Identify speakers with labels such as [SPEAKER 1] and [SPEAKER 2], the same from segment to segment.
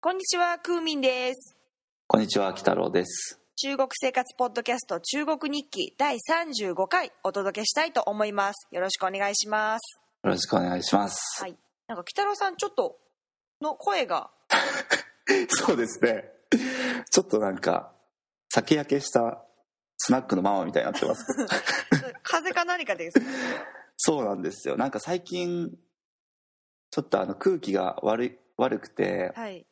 [SPEAKER 1] こんにちは、クーミンです。
[SPEAKER 2] こんにちは、北郎です。
[SPEAKER 1] 中国生活ポッドキャスト中国日記第35回お届けしたいと思います。よろしくお願いします。
[SPEAKER 2] よろしくお願いします。
[SPEAKER 1] はい。なんか、北郎さん、ちょっと、の声が、
[SPEAKER 2] そうですね。ちょっとなんか、酒焼けしたスナックのママみたいになってます。
[SPEAKER 1] 風か何かです。
[SPEAKER 2] そうなんですよ。なんか最近、ちょっとあの空気が悪い、悪くて、
[SPEAKER 1] はい。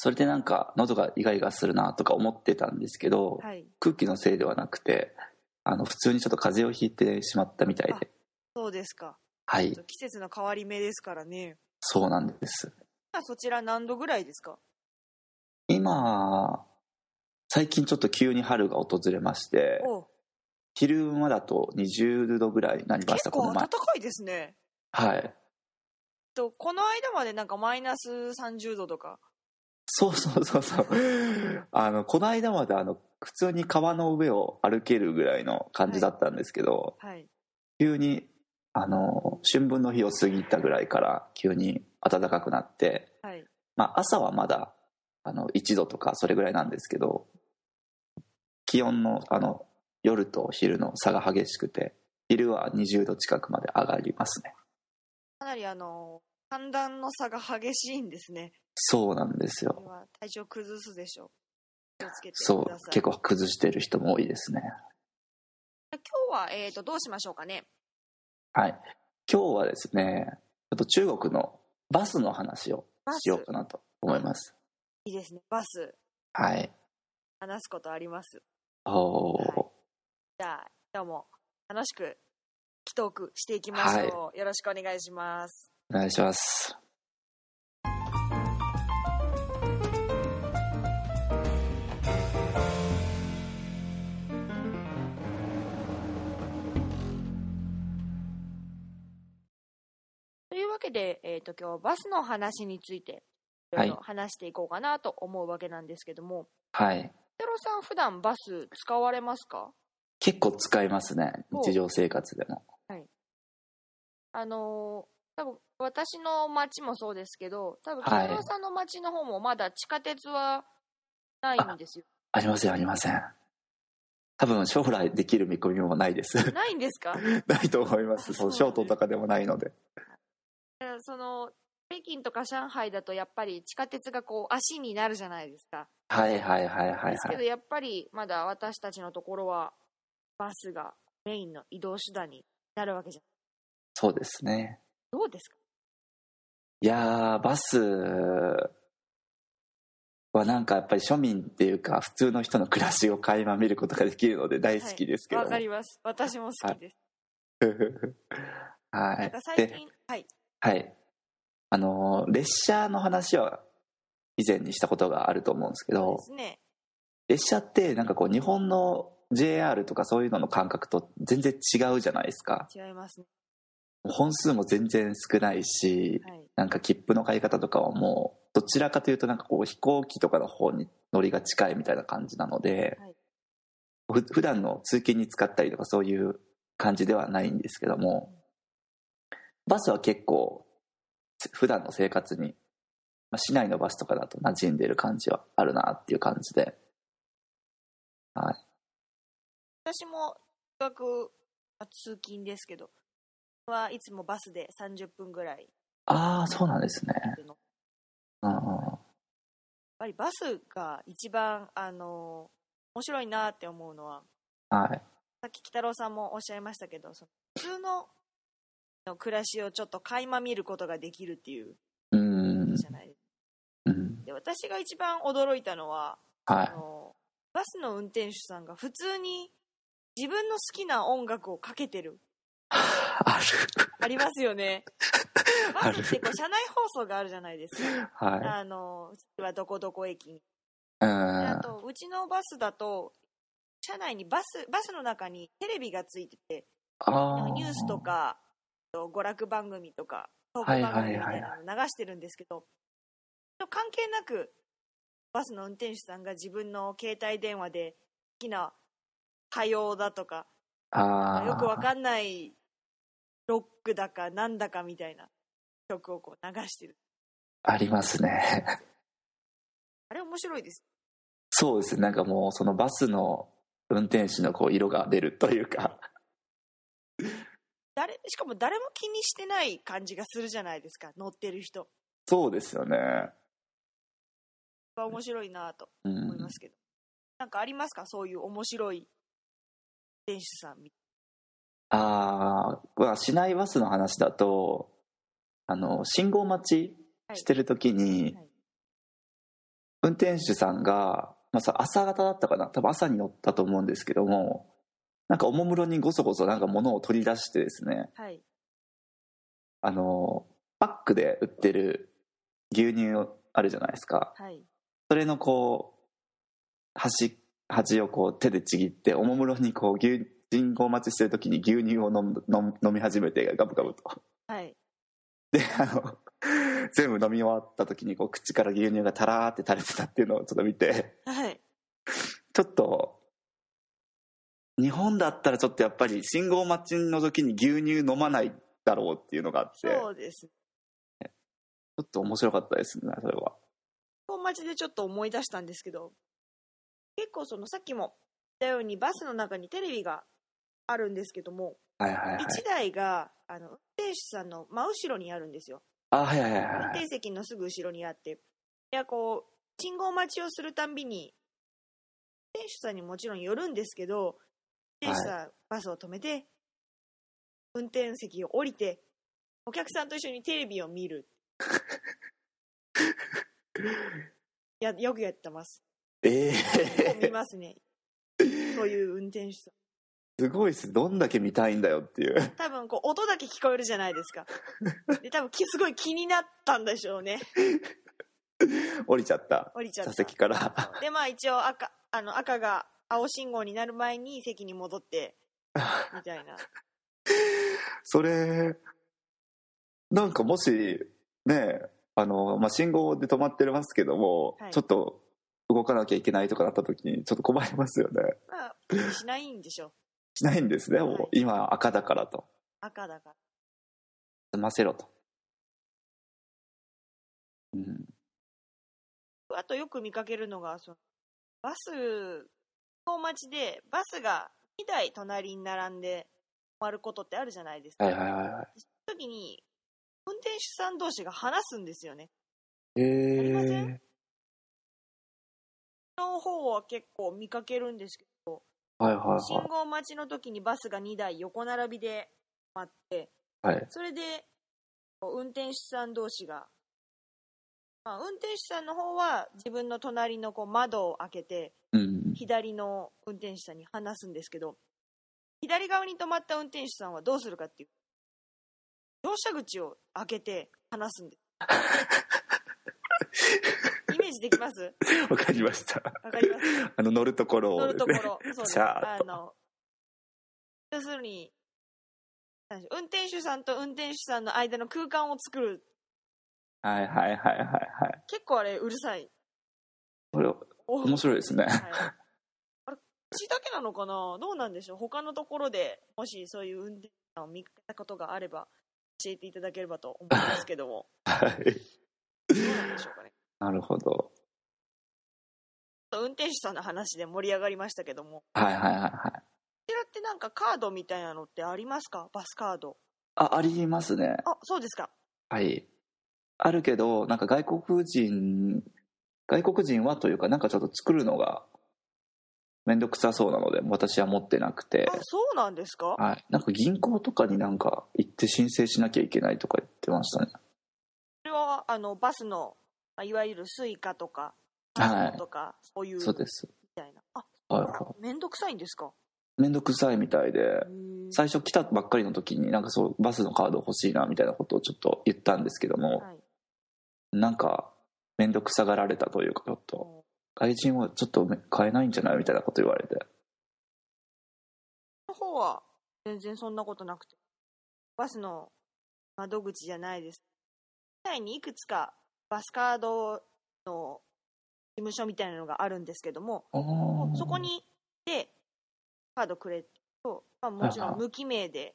[SPEAKER 2] それでなんか喉がイガイガするなとか思ってたんですけど、
[SPEAKER 1] はい。
[SPEAKER 2] 空気のせいではなくて、あの、普通にちょっと風邪をひいてしまったみたいで。
[SPEAKER 1] そうですか。
[SPEAKER 2] は
[SPEAKER 1] ちょっ
[SPEAKER 2] い
[SPEAKER 1] と。季節の変わり目ですからね。
[SPEAKER 2] そうなんです。
[SPEAKER 1] 今そちら何度ぐらいですか
[SPEAKER 2] 今、最近ちょっと急に春が訪れまして、
[SPEAKER 1] おう
[SPEAKER 2] 昼間だと20度ぐらいになりまし
[SPEAKER 1] 結
[SPEAKER 2] た、こ
[SPEAKER 1] 構
[SPEAKER 2] の
[SPEAKER 1] 暖
[SPEAKER 2] 前
[SPEAKER 1] か。いですね。
[SPEAKER 2] はい。
[SPEAKER 1] と、この間までなんかマイナス30度とか。
[SPEAKER 2] そうそうそうそう。 あの、この間まであの、普通に川の上を歩けるぐらいの感じだったんですけど、
[SPEAKER 1] はい。
[SPEAKER 2] 急に、あの、春分の日を過ぎたぐらいから急に暖かくなって、
[SPEAKER 1] はい。
[SPEAKER 2] まあ、朝はまだ、あの、1度とかそれぐらいなんですけど、気温の、あの、夜と昼の差が激しくて、昼は20度近くまで上がりますね。
[SPEAKER 1] かなりあの、寒暖の差が激しいんですね。
[SPEAKER 2] そうなんですよ。
[SPEAKER 1] 今体調崩すでしょう気をつけて
[SPEAKER 2] そ
[SPEAKER 1] くだ
[SPEAKER 2] う
[SPEAKER 1] さい
[SPEAKER 2] 結構崩してる人も多いですね
[SPEAKER 1] 今日は、えー、とどうしましょうかね
[SPEAKER 2] はい今日はですねちょっと中国のバスの話を
[SPEAKER 1] バス
[SPEAKER 2] しようかなと思います
[SPEAKER 1] いいですねバス
[SPEAKER 2] はい
[SPEAKER 1] 話すことあります
[SPEAKER 2] おー
[SPEAKER 1] じゃあ今日も楽しく帰トークしていきましょう、よろしくお願いします
[SPEAKER 2] お願いします
[SPEAKER 1] というわけで、えー、と今日はバスの話についていろ
[SPEAKER 2] はい
[SPEAKER 1] いろ話していこうかなと思うわけなんですけども、
[SPEAKER 2] はい
[SPEAKER 1] テロさん普段バス使われますか
[SPEAKER 2] 結構使いますね
[SPEAKER 1] お
[SPEAKER 2] 日常生活でも
[SPEAKER 1] あのー多分私の町もそうですけど、多分
[SPEAKER 2] はい
[SPEAKER 1] 北郎さんの町の方もまだ地下鉄はないんですよ。
[SPEAKER 2] ありませんありません多分将来できる見込みもないです
[SPEAKER 1] ないんですか
[SPEAKER 2] ないと思いますそ
[SPEAKER 1] そう
[SPEAKER 2] う
[SPEAKER 1] ね
[SPEAKER 2] ショートとかでもないので
[SPEAKER 1] その北京とか上海だとやっぱり地下鉄がこう足になるじゃないですか。
[SPEAKER 2] はいはいはいはい
[SPEAKER 1] ですけ
[SPEAKER 2] は
[SPEAKER 1] ど
[SPEAKER 2] い
[SPEAKER 1] やっぱりまだ私たちのところはバスがメインの移動手段になるわけじゃ
[SPEAKER 2] そうですね
[SPEAKER 1] どうですか
[SPEAKER 2] いやー、バスはなんかやっぱり庶民っていうか、普通の人の暮らしを垣間見ることができるので大好きですけど
[SPEAKER 1] わ
[SPEAKER 2] も。
[SPEAKER 1] かります。私も好きです。
[SPEAKER 2] は
[SPEAKER 1] なん
[SPEAKER 2] い
[SPEAKER 1] か。最
[SPEAKER 2] で、
[SPEAKER 1] 近、はい。
[SPEAKER 2] はい。あのー、列車の話は以前にしたことがあると思うんですけ
[SPEAKER 1] そう
[SPEAKER 2] ど
[SPEAKER 1] で、すね。
[SPEAKER 2] 列車ってなんかこう日本の JR とかそういうのの感覚と全然違うじゃないですか。
[SPEAKER 1] 違いますね。
[SPEAKER 2] 本数も全然少ないし、
[SPEAKER 1] はい。
[SPEAKER 2] なんか切符の買い方とかはもうどちらかというとなんかこう飛行機とかの方に乗りが近いみたいな感じなので、
[SPEAKER 1] はい
[SPEAKER 2] ふ普段の通勤に使ったりとかそういう感じではないんですけどもバスは結構つ普段の生活に、まあ、市内のバスとかだと馴染んでる感じはあるなっていう感じで
[SPEAKER 1] 私も通学、まあ通勤ですけど、はいつもバスで30分ぐらい
[SPEAKER 2] ああそうなんですね、
[SPEAKER 1] 行くの。やっ
[SPEAKER 2] うんうん、
[SPEAKER 1] ぱりバスが一番、あの面白いなって思うのは、
[SPEAKER 2] はい
[SPEAKER 1] さっき北郎さんもおっしゃいましたけど、その普通のの暮らしをちょっと垣間見ることができるっていう
[SPEAKER 2] うん
[SPEAKER 1] じゃないです
[SPEAKER 2] うん
[SPEAKER 1] で私が一番驚いたのは、
[SPEAKER 2] は
[SPEAKER 1] あのバスの運転手さんが普通に自分の好きな音楽をかけてる。
[SPEAKER 2] い
[SPEAKER 1] ありますよね。
[SPEAKER 2] あ
[SPEAKER 1] バ
[SPEAKER 2] る
[SPEAKER 1] スってこう車内放送があるじゃないですか。
[SPEAKER 2] あるは
[SPEAKER 1] あの、うちはどこどこ駅に。
[SPEAKER 2] いう
[SPEAKER 1] であ
[SPEAKER 2] ん
[SPEAKER 1] と、うちのバスだと、車内にバス、バスの中にテレビがついてて、なん
[SPEAKER 2] あ
[SPEAKER 1] か
[SPEAKER 2] ー
[SPEAKER 1] ニュースとか、娯楽番組とか、トーク番組みたいなの流してるんですけど、関係なく、バスの運転手さんが自分の携帯電話で好きな歌謡だとか、
[SPEAKER 2] あー
[SPEAKER 1] よくわかんないロックだかなんだかみたいな曲をこう流してる。
[SPEAKER 2] ありますね。
[SPEAKER 1] あれ面白いです。
[SPEAKER 2] そうですねなんかもうそのバスの運転手のこう色が出るというか
[SPEAKER 1] 誰、しかも誰も気にしてない感じがするじゃないですか、乗ってる人。やっ
[SPEAKER 2] そうですよね
[SPEAKER 1] ぱ面白いなと
[SPEAKER 2] う
[SPEAKER 1] 思い
[SPEAKER 2] ん
[SPEAKER 1] ますけど。なんかありますかそういう面白い店主さんみ
[SPEAKER 2] あーまあ市内バスの話だとあの信号待ちしてる時に、
[SPEAKER 1] はいはい
[SPEAKER 2] 運転手さんが、まあ、さ朝方だったかな多分朝に乗ったと思うんですけどもなんかおもむろにごそごそなんか物を取り出してですね
[SPEAKER 1] たいな。はい。
[SPEAKER 2] あのパックで売ってる牛乳あるじゃないですか
[SPEAKER 1] はい。
[SPEAKER 2] それのこう端端をこう手でちぎっておもむろにこう牛信号待ちしてる時に牛乳を飲む飲む飲み始めてガブガブと。
[SPEAKER 1] はい。
[SPEAKER 2] であの全部飲み終わった時にこう口から牛乳がタラーって垂れてたっていうのをちょっと見て
[SPEAKER 1] はい。
[SPEAKER 2] ちょっと日本だったらちょっとやっぱり信号待ちの時に牛乳飲まないだろうっていうのがあってちょ
[SPEAKER 1] そうです。
[SPEAKER 2] っと面白かったですねそれは
[SPEAKER 1] 本町でちょっと思い出したんですけど結構そのさっきも言ったようにバスの中にテレビがあるんですけども、
[SPEAKER 2] はいはいはい
[SPEAKER 1] 1台があの運転手さんの真後ろにあるんですよ
[SPEAKER 2] あはいはいはい
[SPEAKER 1] 運
[SPEAKER 2] はい
[SPEAKER 1] 転席のすぐ後ろにあっていやこう信号待ちをするたんびに運転手さんにもちろん寄るんですけど運転手さん、バスを止めて運転席を降りてお客さんと一緒にテレビを見 るやよくやってます
[SPEAKER 2] え
[SPEAKER 1] 結構見
[SPEAKER 2] え
[SPEAKER 1] ますね。そういう運転手さん。
[SPEAKER 2] すごいですどんだけ見たいんだよっていう
[SPEAKER 1] 多分こう音だけ聞こえるじゃないです か。で多分きすごい気になったんでしょうね。
[SPEAKER 2] 降りちゃった
[SPEAKER 1] 降りちゃった。
[SPEAKER 2] 座席から
[SPEAKER 1] でまあ一応赤あの赤が青信号になる前に席に戻ってみたい な。
[SPEAKER 2] それなんかもしねえあの、まあ、信号で止まってますけども、
[SPEAKER 1] はい
[SPEAKER 2] ちょっと動かなきゃいけないとかなった時にちょっと困りますよね
[SPEAKER 1] まあ気にしないんでしょう。
[SPEAKER 2] しないんですね、
[SPEAKER 1] は
[SPEAKER 2] も
[SPEAKER 1] いう
[SPEAKER 2] 今赤だからと
[SPEAKER 1] 赤だから。
[SPEAKER 2] 済ませろと、うん、
[SPEAKER 1] あとよく見かけるのがそのバスの町でバスが2台隣に並んで止まることってあるじゃないですか。
[SPEAKER 2] はいはいはいは
[SPEAKER 1] その時に運転手さん同士が話すんですよね。
[SPEAKER 2] い
[SPEAKER 1] ありませ
[SPEAKER 2] へ
[SPEAKER 1] んの方は結構見かけるんですけど、
[SPEAKER 2] えはいはい
[SPEAKER 1] 信
[SPEAKER 2] は
[SPEAKER 1] 号待ちの時にバスが2台横並びで待って、
[SPEAKER 2] いはい
[SPEAKER 1] それでこう運転手さん同士が、まあ、運転手さんの方は自分の隣のこう窓を開けて、
[SPEAKER 2] うん
[SPEAKER 1] 左の運転手さんに話すんですけど、左側に止まった運転手さんはどうするかっていう、乗車口を開けて話すんです。イメージできます
[SPEAKER 2] わかりました
[SPEAKER 1] わかります
[SPEAKER 2] あの乗るところを
[SPEAKER 1] 乗る
[SPEAKER 2] です
[SPEAKER 1] とこ
[SPEAKER 2] ね
[SPEAKER 1] ろ、そうです。
[SPEAKER 2] シャー
[SPEAKER 1] あ
[SPEAKER 2] ッと
[SPEAKER 1] の、要するに、なんでしょう運転手さんと運転手さんの間の空間を作る、
[SPEAKER 2] はいはいはいはいはい
[SPEAKER 1] 結構あれ、うるさい。
[SPEAKER 2] これ
[SPEAKER 1] お
[SPEAKER 2] 面白いですね
[SPEAKER 1] はいあれ、うちだけなのかなどうなんでしょう他のところでもしそういう運転手さんを見かけたことがあれば、教えていただければと思いますけども、
[SPEAKER 2] はい
[SPEAKER 1] どうなんでしょうかね。
[SPEAKER 2] なるほど
[SPEAKER 1] ちょっと運転手さんの話で盛り上がりましたけども、こ
[SPEAKER 2] はいはいはいはい
[SPEAKER 1] ちらってなんかカードみたいなのってありますかバスカード。
[SPEAKER 2] あありますね
[SPEAKER 1] あ、そうですか。
[SPEAKER 2] はいあるけどなんか外国人外国人はというかなんかちょっと作るのが面倒くさそうなので私は持ってなくて
[SPEAKER 1] あ、、そうなんですか
[SPEAKER 2] はい、なんか銀行とかになんか行って申請しなきゃいけないとか言ってましたね
[SPEAKER 1] それはあのバスのまあいわゆるスイカとか
[SPEAKER 2] はい
[SPEAKER 1] パスモとか、そういうみ
[SPEAKER 2] そうです
[SPEAKER 1] たいなあ
[SPEAKER 2] はいは
[SPEAKER 1] 面倒くさいんですか
[SPEAKER 2] い面倒くさいみたいで
[SPEAKER 1] へー
[SPEAKER 2] 最初来たばっかりの時になんかそうバスのカード欲しいなみたいなことをちょっと言ったんですけども、
[SPEAKER 1] はい
[SPEAKER 2] なんか面倒くさがられたというかちょっと外人はちょっと買えないんじゃないみたいなこと言われて
[SPEAKER 1] の方は全然そんなことなくてバスの窓口じゃないですみたいにいくつかバスカードの事務所みたいなのがあるんですけども
[SPEAKER 2] あー
[SPEAKER 1] そこにでカードくれと、まあ、もちろん無記名で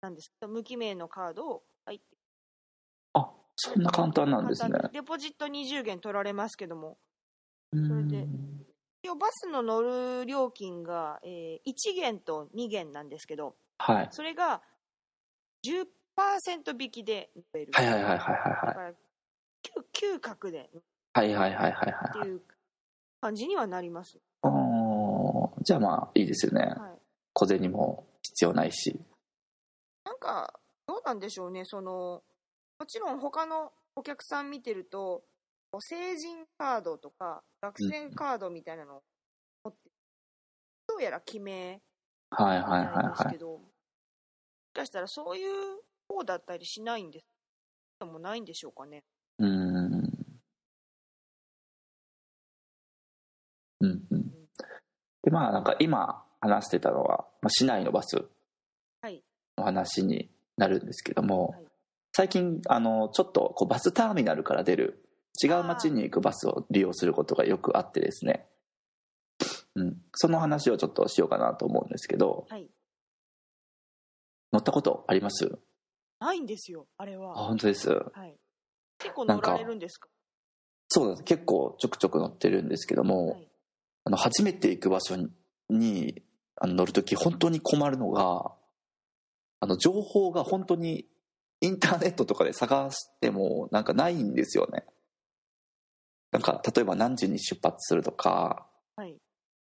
[SPEAKER 1] なんですけど無記名のカードを入って
[SPEAKER 2] あそんな簡単なんですね
[SPEAKER 1] 簡単デポジット20元取られますけども、
[SPEAKER 2] そ
[SPEAKER 1] れで一応バスの乗る料金が、えー1元と2元なんですけど、
[SPEAKER 2] はい
[SPEAKER 1] それが10%引きで乗れる。
[SPEAKER 2] はいはいはいはいはい
[SPEAKER 1] だ
[SPEAKER 2] はい
[SPEAKER 1] から9、9角で乗
[SPEAKER 2] はいはいはいはい
[SPEAKER 1] るっ
[SPEAKER 2] はい
[SPEAKER 1] ていう感じにはなります。
[SPEAKER 2] おーじゃあまあいいですよね
[SPEAKER 1] はい
[SPEAKER 2] 小銭も必要ないし
[SPEAKER 1] なんか、どうなんでしょうね、その、もちろん他のお客さん見てると、こう成人カードとか、学生カードみたいなのを持って、どうやら決め
[SPEAKER 2] はいはい
[SPEAKER 1] な
[SPEAKER 2] はい
[SPEAKER 1] んです
[SPEAKER 2] いは
[SPEAKER 1] け
[SPEAKER 2] い
[SPEAKER 1] ど、もしかしたらそういう方だったりしないんです。でもないんでしょうかね。
[SPEAKER 2] うーんうんうんでまあなんか今話してたのは、まあ、市内のバス
[SPEAKER 1] はい
[SPEAKER 2] の話になるんですけども、
[SPEAKER 1] はい
[SPEAKER 2] 最近あのちょっとこうバスターミナルから出る違う街に行くバスを利用することがよくあってですね、うん、その話をちょっとしようかなと思うんですけど
[SPEAKER 1] はい。
[SPEAKER 2] 乗ったことあります
[SPEAKER 1] ないんですよ、あれ
[SPEAKER 2] あ
[SPEAKER 1] は。
[SPEAKER 2] 本当です
[SPEAKER 1] はい。結構
[SPEAKER 2] な
[SPEAKER 1] 乗
[SPEAKER 2] んから
[SPEAKER 1] れるんですか
[SPEAKER 2] そうなんです結構ちょくちょく乗ってるんですけども、
[SPEAKER 1] はい
[SPEAKER 2] あの初めて行く場所ににあの乗るとき本当に困るのがあの情報が本当にインターネットとかで探してもなんかないんですよねなんか例えば何時に出発するとか
[SPEAKER 1] はい。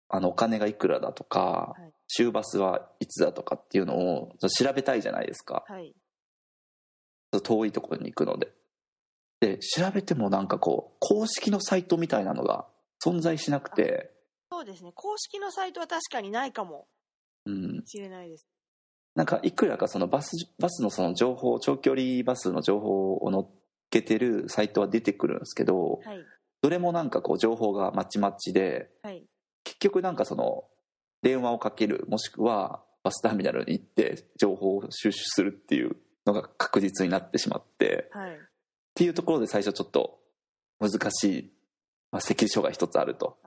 [SPEAKER 2] あのお金がいくらだとか、
[SPEAKER 1] はい
[SPEAKER 2] 終バスはいつだとかっていうのを調べたいじゃないですか
[SPEAKER 1] はい。
[SPEAKER 2] 遠いところに行くのでで調べてもなんかこう公式のサイトみたいなのが存在しなくて
[SPEAKER 1] そうですね。公式のサイトは確かにないかも
[SPEAKER 2] うん
[SPEAKER 1] しれないです。
[SPEAKER 2] なんかいくらかそのバスバスのその情報長距離バスの情報を載っけてるサイトは出てくるんですけど
[SPEAKER 1] はい。
[SPEAKER 2] どれもなんかこう情報がまちまちで
[SPEAKER 1] はい。
[SPEAKER 2] 結局なんかその電話をかけるもしくはバスターミナルに行って情報を収集するっていうのが確実になってしまってっ
[SPEAKER 1] はい。
[SPEAKER 2] ていうところで最初ちょっと難しい、まあ、関所が一つあると。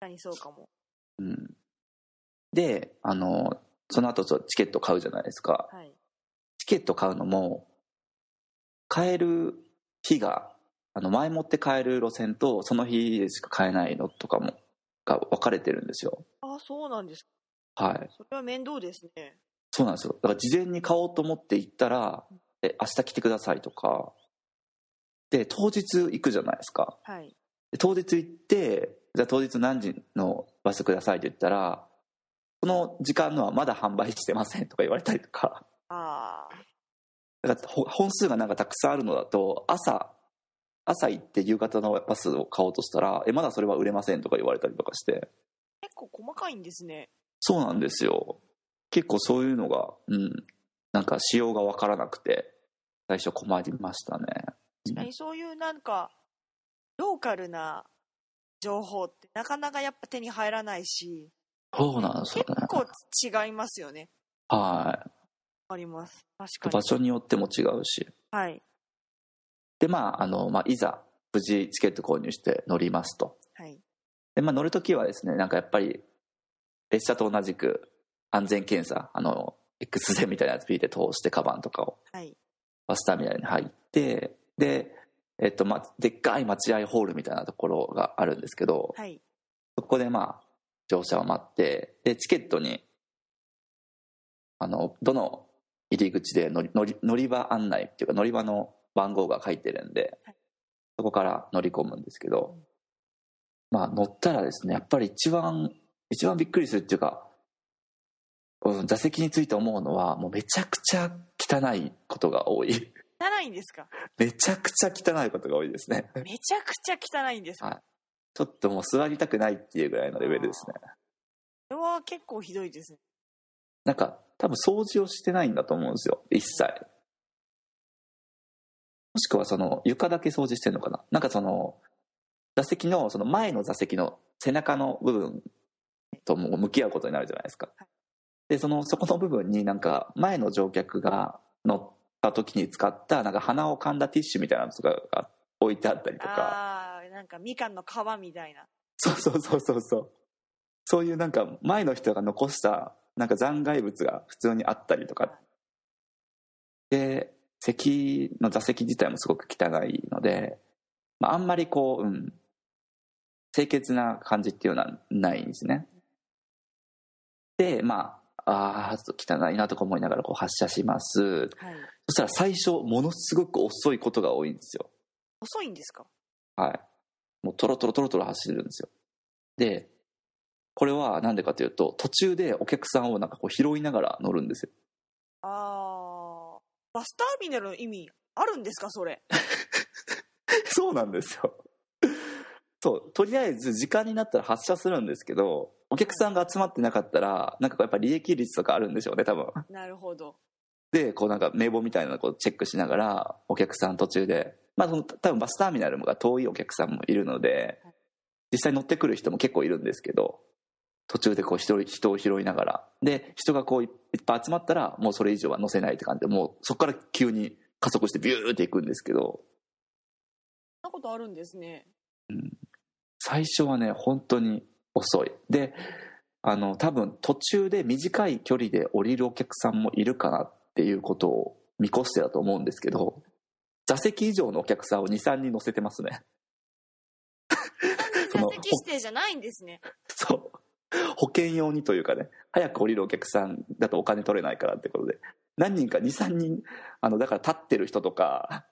[SPEAKER 1] 確かにそうかも。
[SPEAKER 2] うん、であのその後ちょっとチケット買うじゃないですか。
[SPEAKER 1] はい。
[SPEAKER 2] チケット買うのも買える日があの前もって買える路線とその日でしか買えないのとかもが分かれてるんですよ
[SPEAKER 1] ああ、そうなんですか。
[SPEAKER 2] はい
[SPEAKER 1] それは面倒ですね。
[SPEAKER 2] そうなんですよだから事前に買おうと思って行ったら「え明日来てください」とかで当日行くじゃないですか
[SPEAKER 1] はい。
[SPEAKER 2] で当日行ってじゃあ当日何時のバスくださいって言ったらこの時間のはまだ販売してませんとか言われたりとか
[SPEAKER 1] ああ、
[SPEAKER 2] だからほ本数がなんかたくさんあるのだと朝朝行って夕方のバスを買おうとしたら「えまだそれは売れません」とか言われたりとかして
[SPEAKER 1] 結構細かいんですね。
[SPEAKER 2] そうなんですよ結構そういうのがうんなんか仕様が分からなくて最初困りましたね
[SPEAKER 1] 確かにそういうなんか、ローカルな情報ってなかなかやっぱ手に入らないし、
[SPEAKER 2] そうなんです
[SPEAKER 1] 結
[SPEAKER 2] よね
[SPEAKER 1] 構違いますよね。
[SPEAKER 2] は
[SPEAKER 1] あります。
[SPEAKER 2] い
[SPEAKER 1] 確か
[SPEAKER 2] 場
[SPEAKER 1] に。
[SPEAKER 2] 所によっても違うし
[SPEAKER 1] はい。
[SPEAKER 2] でまああの、まあ、いざ無事チケット購入して乗りますと
[SPEAKER 1] はい。
[SPEAKER 2] で、まあ、乗るときはですね、なんかやっぱり、列車と同じく安全検査、あの、X 線みたいなやつピーで通して、カバンとかを
[SPEAKER 1] はい。
[SPEAKER 2] バスターミナルに入って、で、えっと、まあ、でっかい待合ホールみたいなところがあるんですけど、
[SPEAKER 1] はい。
[SPEAKER 2] そこでまあ、乗車を待って、で、チケットに、あの、どの入り口で乗り乗り乗り場案内っていうか、乗り場の番号が書いてるんで
[SPEAKER 1] はい、
[SPEAKER 2] そこから乗り込むんですけど、まあ、乗ったらですね、やっぱり一番、一番びっくりするっていうか、うん座席について思うのは、もうめちゃくちゃ汚いことが多い。
[SPEAKER 1] 汚いんですか
[SPEAKER 2] めちゃくちゃ汚いことが多いですね。
[SPEAKER 1] めちゃくちゃ汚いんですか
[SPEAKER 2] はいちょっともう座りたくないっていうぐらいのレベルですね。
[SPEAKER 1] これは結構ひどいですね。
[SPEAKER 2] なんか多分掃除をしてないんだと思うんですよ一切もしくはその床だけ掃除してるのかななんかその座席のその前の座席の背中の部分ともう向き合うことになるじゃないですか
[SPEAKER 1] はい
[SPEAKER 2] でそのそこの部分になんか前の乗客が乗った時に使ったなんか鼻を噛んだティッシュみたいなのとかが置いてあったりとか
[SPEAKER 1] ああ、なんかみかんの皮みたいな。
[SPEAKER 2] そうそうそうそうそうそういうなんか前の人が残したなんか残骸物が普通にあったりとかで席の座席自体もすごく汚いので、まあ、あんまりこう、うん、清潔な感じっていうのはないんですね。で、まあ、ああ、汚いなとか思いながらこう発車します。
[SPEAKER 1] はい、
[SPEAKER 2] そしたら最初、ものすごく遅いことが多いんですよ。
[SPEAKER 1] 遅いんですか
[SPEAKER 2] はい。もうトロトロトロトロ走るんですよ。で、これはなんでかというと、途中でお客さんをなんかこう拾いながら乗るんですよ。
[SPEAKER 1] ああ、バスターミナルの意味あるんですか、そ れ。
[SPEAKER 2] そうなんですよ。そう、とりあえず時間になったら発車するんですけど、お客さんが集まってなかったら、なんかこうやっぱ利益率とかあるんでしょうね、多分。
[SPEAKER 1] なるほど。
[SPEAKER 2] で、こうなんか名簿みたいなのをこうチェックしながら、お客さん途中で、まあその多分バスターミナルが遠いお客さんもいるので、実際乗ってくる人も結構いるんですけど、途中でこう人人を拾いながらで人がこういっぱい集まったらもうそれ以上は乗せないって感じでもうそこから急に加速してビューっていくんですけど、
[SPEAKER 1] そんなことあるんですね。
[SPEAKER 2] うん、最初はね本当に遅いであの多分途中で短い距離で降りるお客さんもいるかなっていうことを見越してだと思うんですけど座席以上のお客さんを23人乗せてますね そ
[SPEAKER 1] 座
[SPEAKER 2] の
[SPEAKER 1] 席指定じゃないんですね。
[SPEAKER 2] そう保険用にというかね早く降りるお客さんだとお金取れないからってことで何人か23人あのだから立ってる人とか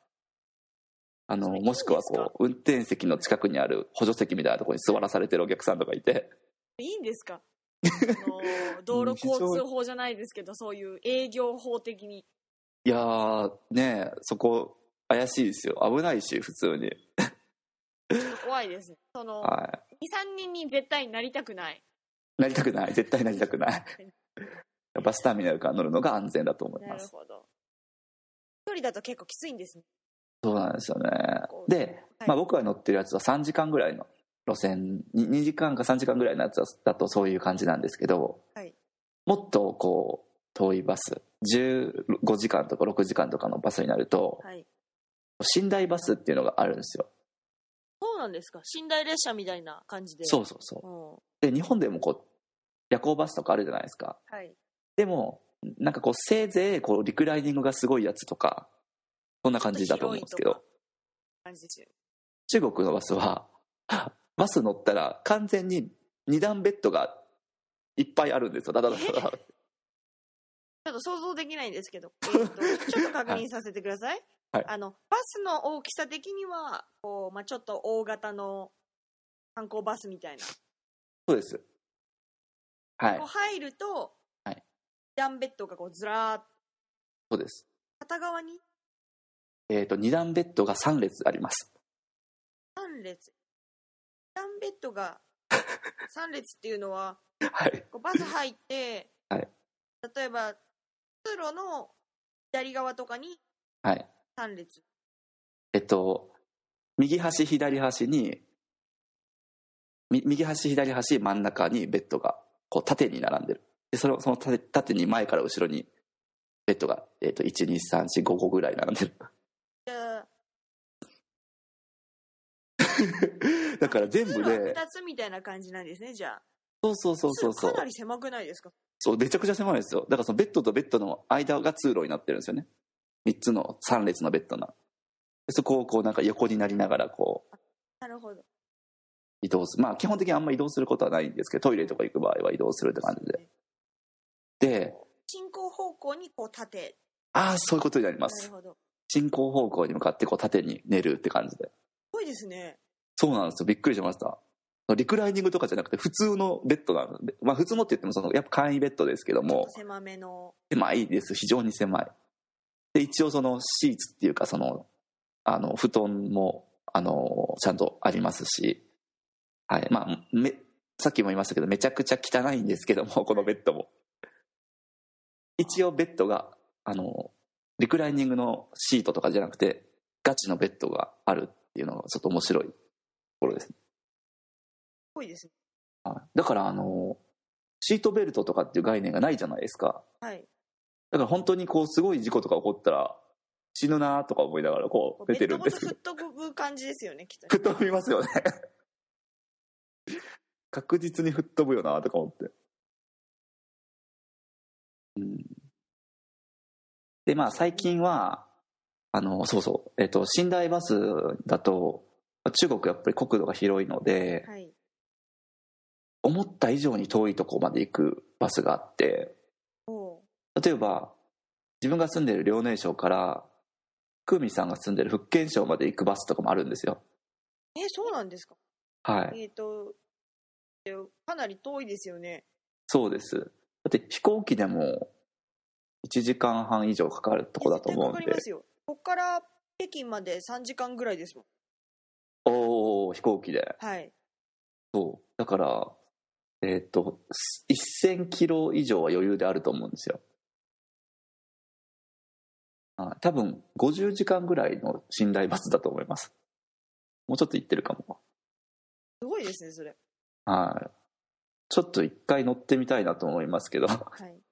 [SPEAKER 2] あの
[SPEAKER 1] それいいん
[SPEAKER 2] もしくは
[SPEAKER 1] です
[SPEAKER 2] こう運転席の近くにある補助席みたいなところに座らされてるお客さんとかいて
[SPEAKER 1] いいんです かあの道路交通法じゃないですけど、そういう営業法的に。
[SPEAKER 2] いやーねえそこ怪しいですよ危ないし普通に
[SPEAKER 1] 怖いですね。その、2、
[SPEAKER 2] は
[SPEAKER 1] 3人に絶対なりたくない。
[SPEAKER 2] いなりたく ない絶対なりたくないバスターミナルから乗るのが安全だと思い
[SPEAKER 1] な
[SPEAKER 2] ま
[SPEAKER 1] る
[SPEAKER 2] す
[SPEAKER 1] ほど。一人だと結構きついんですね。
[SPEAKER 2] そうなんですよね
[SPEAKER 1] こう
[SPEAKER 2] で、
[SPEAKER 1] はい
[SPEAKER 2] まあ、僕が乗ってるやつは3時間ぐらいの路線に2時間か3時間ぐらいのやつだとそういう感じなんですけど、
[SPEAKER 1] はい
[SPEAKER 2] もっとこう遠いバス15時間とか6時間とかのバスになると、
[SPEAKER 1] はい。
[SPEAKER 2] 寝台バスっていうのがあるんですよ、
[SPEAKER 1] そうなんですか。寝台列車みたいな感じで。
[SPEAKER 2] そうそうそう
[SPEAKER 1] うん。
[SPEAKER 2] で日本でもこう夜行バスとかあるじゃないですか
[SPEAKER 1] はい。
[SPEAKER 2] でもなんかこうせいぜいこうリクライニングがすごいやつとかそんな感じだと思うんですけ
[SPEAKER 1] ちょっと
[SPEAKER 2] ど
[SPEAKER 1] 広いとか。感じですよ
[SPEAKER 2] 中国のバスは バス乗ったら完全に2段ベッドがいっぱいあるんですよだだだだだ
[SPEAKER 1] ちょっと想像できないんですけど、えーと ちょっと確認させてください。
[SPEAKER 2] はい
[SPEAKER 1] あのバスの大きさ的には、こうまあ、ちょっと大型の観光バスみたいな、
[SPEAKER 2] そうですはい
[SPEAKER 1] こう入ると、
[SPEAKER 2] はい
[SPEAKER 1] ダンベッドがこうずらーっと
[SPEAKER 2] そうです
[SPEAKER 1] 片側に
[SPEAKER 2] えっ、と2段ベッドが3列あります
[SPEAKER 1] 3列。ダンベッドが 3列っていうのは、
[SPEAKER 2] はい
[SPEAKER 1] こうバス入って、
[SPEAKER 2] はい
[SPEAKER 1] 例えば通路の左側とかに
[SPEAKER 2] はい
[SPEAKER 1] 3列。
[SPEAKER 2] えっと、右端、左端に、み右端、左端、真ん中にベッドが、こう、縦に並んでる。で、その、その縦縦に前から後ろに、ベッドが、えっと、1、2、3、4、5個ぐらい並んで
[SPEAKER 1] じゃあ
[SPEAKER 2] る。 だから全部
[SPEAKER 1] 通路
[SPEAKER 2] で、
[SPEAKER 1] 2つみたいな感じなんですね、じゃあ。
[SPEAKER 2] そうそうそうそうそう
[SPEAKER 1] かな。り狭くないですか
[SPEAKER 2] そう、めちゃくちゃ狭いですよ。だからそのベッドとベッドの間が通路になってるんですよね。3つの、3列のベッドの。でそこをこう、なんか横になりながら、こう、
[SPEAKER 1] なるほど。
[SPEAKER 2] 移動する。まあ、基本的にあんま移動することはないんですけど、トイレとか行く場合は移動するって感じで。で、
[SPEAKER 1] 進行方向にこう縦。
[SPEAKER 2] ああ、そういうことになりま
[SPEAKER 1] なる
[SPEAKER 2] す。
[SPEAKER 1] ほど。す
[SPEAKER 2] 進行方向に向かってこう縦に寝るって感じで。
[SPEAKER 1] ごいですね。
[SPEAKER 2] そうなんですよ。びっくりしました。リクライニングとかじゃなくて普通のベッドなので、まあ普通のって言ってもそのやっぱ簡易ベッドですけど
[SPEAKER 1] ちょっ
[SPEAKER 2] も
[SPEAKER 1] と、狭めの。
[SPEAKER 2] 狭いです。非常に狭い。で、一応そのシーツっていうかその、あの、布団も、あの、ちゃんとありますし、はい。まあ、め、さっきも言いましたけど、めちゃくちゃ汚いんですけども、 このベッドも。一応ベッドが、あの、リクライニングのシートとかじゃなくて、ガチのベッドがあるっていうのがちょっと面白いところですね。
[SPEAKER 1] すごいですね。
[SPEAKER 2] はいだから、あの、シートベルトとかっていう概念がないじゃないですか。
[SPEAKER 1] はい。
[SPEAKER 2] だから本当にこうすごい事故とか起こったら死ぬなとか思いながらこう
[SPEAKER 1] ベ
[SPEAKER 2] 出て
[SPEAKER 1] ッ
[SPEAKER 2] る
[SPEAKER 1] ド
[SPEAKER 2] ん
[SPEAKER 1] ご
[SPEAKER 2] で
[SPEAKER 1] と
[SPEAKER 2] すけ
[SPEAKER 1] 吹
[SPEAKER 2] ど
[SPEAKER 1] っ飛ぶ感じですよね、きっとね。
[SPEAKER 2] 吹っ飛びますよね 確実に吹っ飛ぶよなとか思ってうんでまあ最近はあのそうそう、えっと寝台バスだと中国やっぱり国土が広いので、
[SPEAKER 1] はい。
[SPEAKER 2] 思った以上に遠いとこまで行くバスがあって
[SPEAKER 1] おう
[SPEAKER 2] 例えば自分が住んでる遼寧省から久美さんが住んでる福建省まで行くバスとかもあるんですよ
[SPEAKER 1] え、そうなんですか。
[SPEAKER 2] はい
[SPEAKER 1] えっ、と、えかなり遠いですよね。
[SPEAKER 2] そうですだって飛行機でも1時間半以上かかるとこだと思うん
[SPEAKER 1] 絶対かか
[SPEAKER 2] で
[SPEAKER 1] りますよ。こっから北京まで3時間ぐらいですもん。
[SPEAKER 2] おお飛行機で
[SPEAKER 1] はい。
[SPEAKER 2] そうだからえっ、と1000キロ以上は余裕であると思うんですよあ多分50時間ぐらいの寝台バスだと思いますもうちょっと行ってるかも
[SPEAKER 1] すごいですね、それ。
[SPEAKER 2] はいちょっと一回乗ってみたいなと思いますけど
[SPEAKER 1] はい。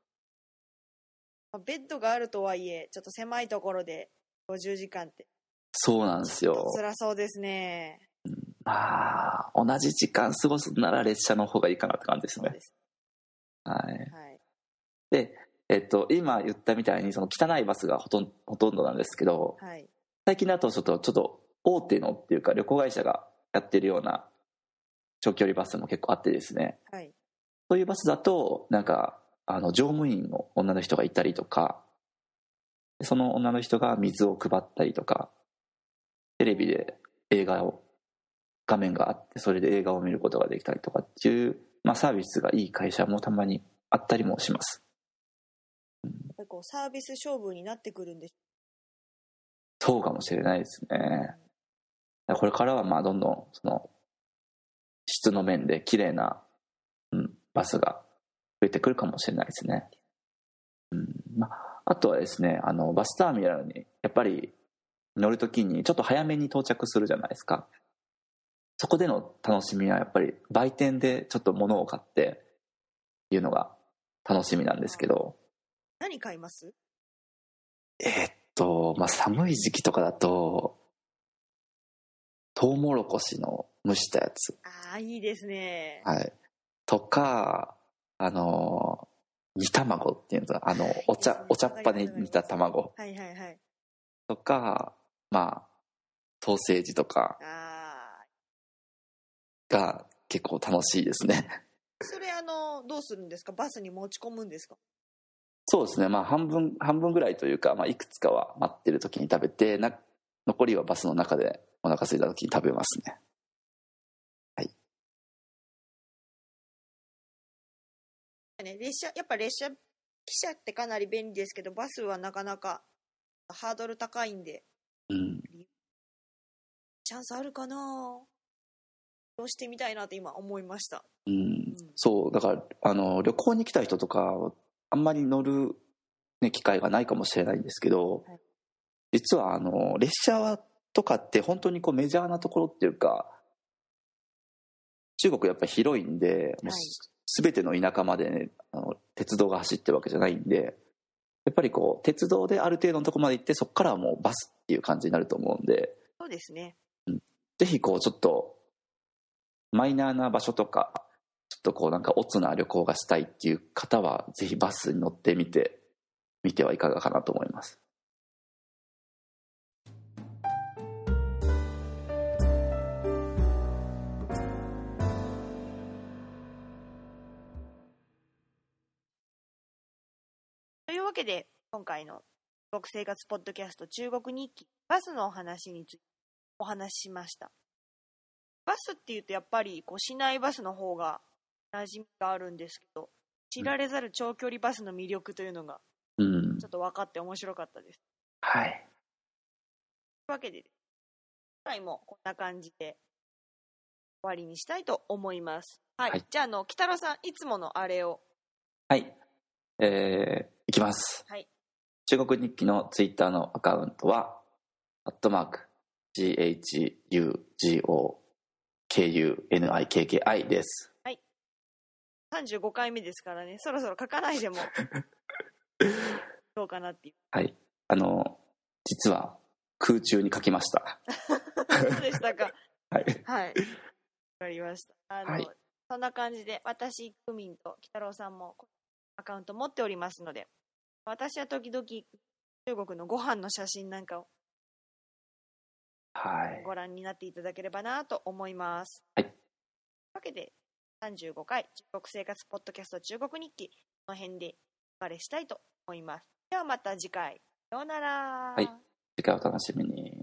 [SPEAKER 1] まあベッドがあるとはいえ、ちょっと狭いところで50時間って、
[SPEAKER 2] そうなんですよ
[SPEAKER 1] 辛そうですね。
[SPEAKER 2] まあ同じ時間過ごすなら列車の方がいいかなって感じです
[SPEAKER 1] そう
[SPEAKER 2] ね
[SPEAKER 1] です。
[SPEAKER 2] はい
[SPEAKER 1] はい。
[SPEAKER 2] で、えっと、今言ったみたいにその汚いバスがほとんほとんどなんですけど
[SPEAKER 1] はい。
[SPEAKER 2] 最近だとちょっとちょっと大手のっていうか旅行会社がやってるような長距離バスも結構あってですね
[SPEAKER 1] はい。
[SPEAKER 2] そういうバスだとなんかあの乗務員の女の人がいたりとかその女の人が水を配ったりとかテレビで映画を画面があってそれで映画を見ることができたりとかっていう、まあ、サービスがいい会社もたまにあったりもします
[SPEAKER 1] やっぱりこう、サービス勝負になってくるんでし
[SPEAKER 2] そうかもしれないです
[SPEAKER 1] ょう
[SPEAKER 2] ね。これからはまあどんどんその質の面で綺麗な、うん、バスが増えてくるかもしれないですね。うんまあ、あとはですねあのバスターミナルにやっぱり乗るときにちょっと早めに到着するじゃないですか。そこでの楽しみはやっぱり売店でちょっと物を買っていうのが楽しみなんですけど、
[SPEAKER 1] 何買います
[SPEAKER 2] えーっと、まあ、寒い時期とかだと、トウモロコシの蒸したやつ。
[SPEAKER 1] ああ、いいですね。
[SPEAKER 2] はい。とか、あのー、煮卵っていうんですか、あの、お茶、お茶っ葉で煮た卵
[SPEAKER 1] はいはいはい。
[SPEAKER 2] とか、まあ、ソーセージとか
[SPEAKER 1] ああ。
[SPEAKER 2] が結構楽しいですね。
[SPEAKER 1] それ、あの、どうするんですかバスに持ち込むんですか
[SPEAKER 2] そうですね、まあ、半分、半分ぐらいというか、まあ、いくつかは待ってる時に食べて、な残りはバスの中でお腹空いた時に食べますね。
[SPEAKER 1] ね、列車、やっぱ列車、汽車ってかなり便利ですけど、バスはなかなかハードル高いんで、
[SPEAKER 2] うん。
[SPEAKER 1] チャンスあるかなどうしてみたいなって今思いました。
[SPEAKER 2] うん
[SPEAKER 1] うん、
[SPEAKER 2] そうだからあの旅行に来た人とかあんまり乗る、ね、機会がないかもしれないんですけど、
[SPEAKER 1] はい
[SPEAKER 2] 実はあの列車とかって本当にこうメジャーなところっていうか中国やっぱり広いんで、もう
[SPEAKER 1] はい
[SPEAKER 2] す全ての田舎まで、ね、あの鉄道が走ってるわけじゃないんでやっぱりこう鉄道である程度のところまで行ってそこからはもうバスっていう感じになると思うんで
[SPEAKER 1] そうですね。
[SPEAKER 2] ぜひこうちょっとマイナーな場所とかちょっとこうなんかオツな旅行がしたいっていう方はぜひバスに乗ってみてみてはいかがかなと思います
[SPEAKER 1] というわけで、今回の中国生活ポッドキャスト中国日記、バスのお話についてお話ししました。バスっていうとやっぱりこう市内バスの方が馴染みがあるんですけど、知られざる長距離バスの魅力というのが
[SPEAKER 2] うん
[SPEAKER 1] ちょっと分かって面白かったです。
[SPEAKER 2] はい
[SPEAKER 1] というわけで、今回もこんな感じで終わりにしたいと思います。はい。
[SPEAKER 2] はい
[SPEAKER 1] じゃあ、あの、北郎さん、いつものあれを。
[SPEAKER 2] はいえー、いきます
[SPEAKER 1] はい。
[SPEAKER 2] 中国日記のツイッターのアカウントは「アットマーク #GHUGOKUNIKKI」です
[SPEAKER 1] 35回目ですからね、そろそろ書か ないでも、どうかなっていう。
[SPEAKER 2] はいあの実は空中に書きました
[SPEAKER 1] そうでした か。
[SPEAKER 2] はい
[SPEAKER 1] はい。わかりました。あの、
[SPEAKER 2] はい
[SPEAKER 1] そんな感じで、私、クミンと北郎さんもアカウント持っておりますので、私は時々、中国のご飯の写真なんかを
[SPEAKER 2] はい
[SPEAKER 1] ご覧になっていただければなと思います。
[SPEAKER 2] はい
[SPEAKER 1] というわけで、35回中国生活ポッドキャスト中国日記、この辺でお別れしたいと思います。ではまた次回。さようなら。
[SPEAKER 2] はい次回お楽しみに。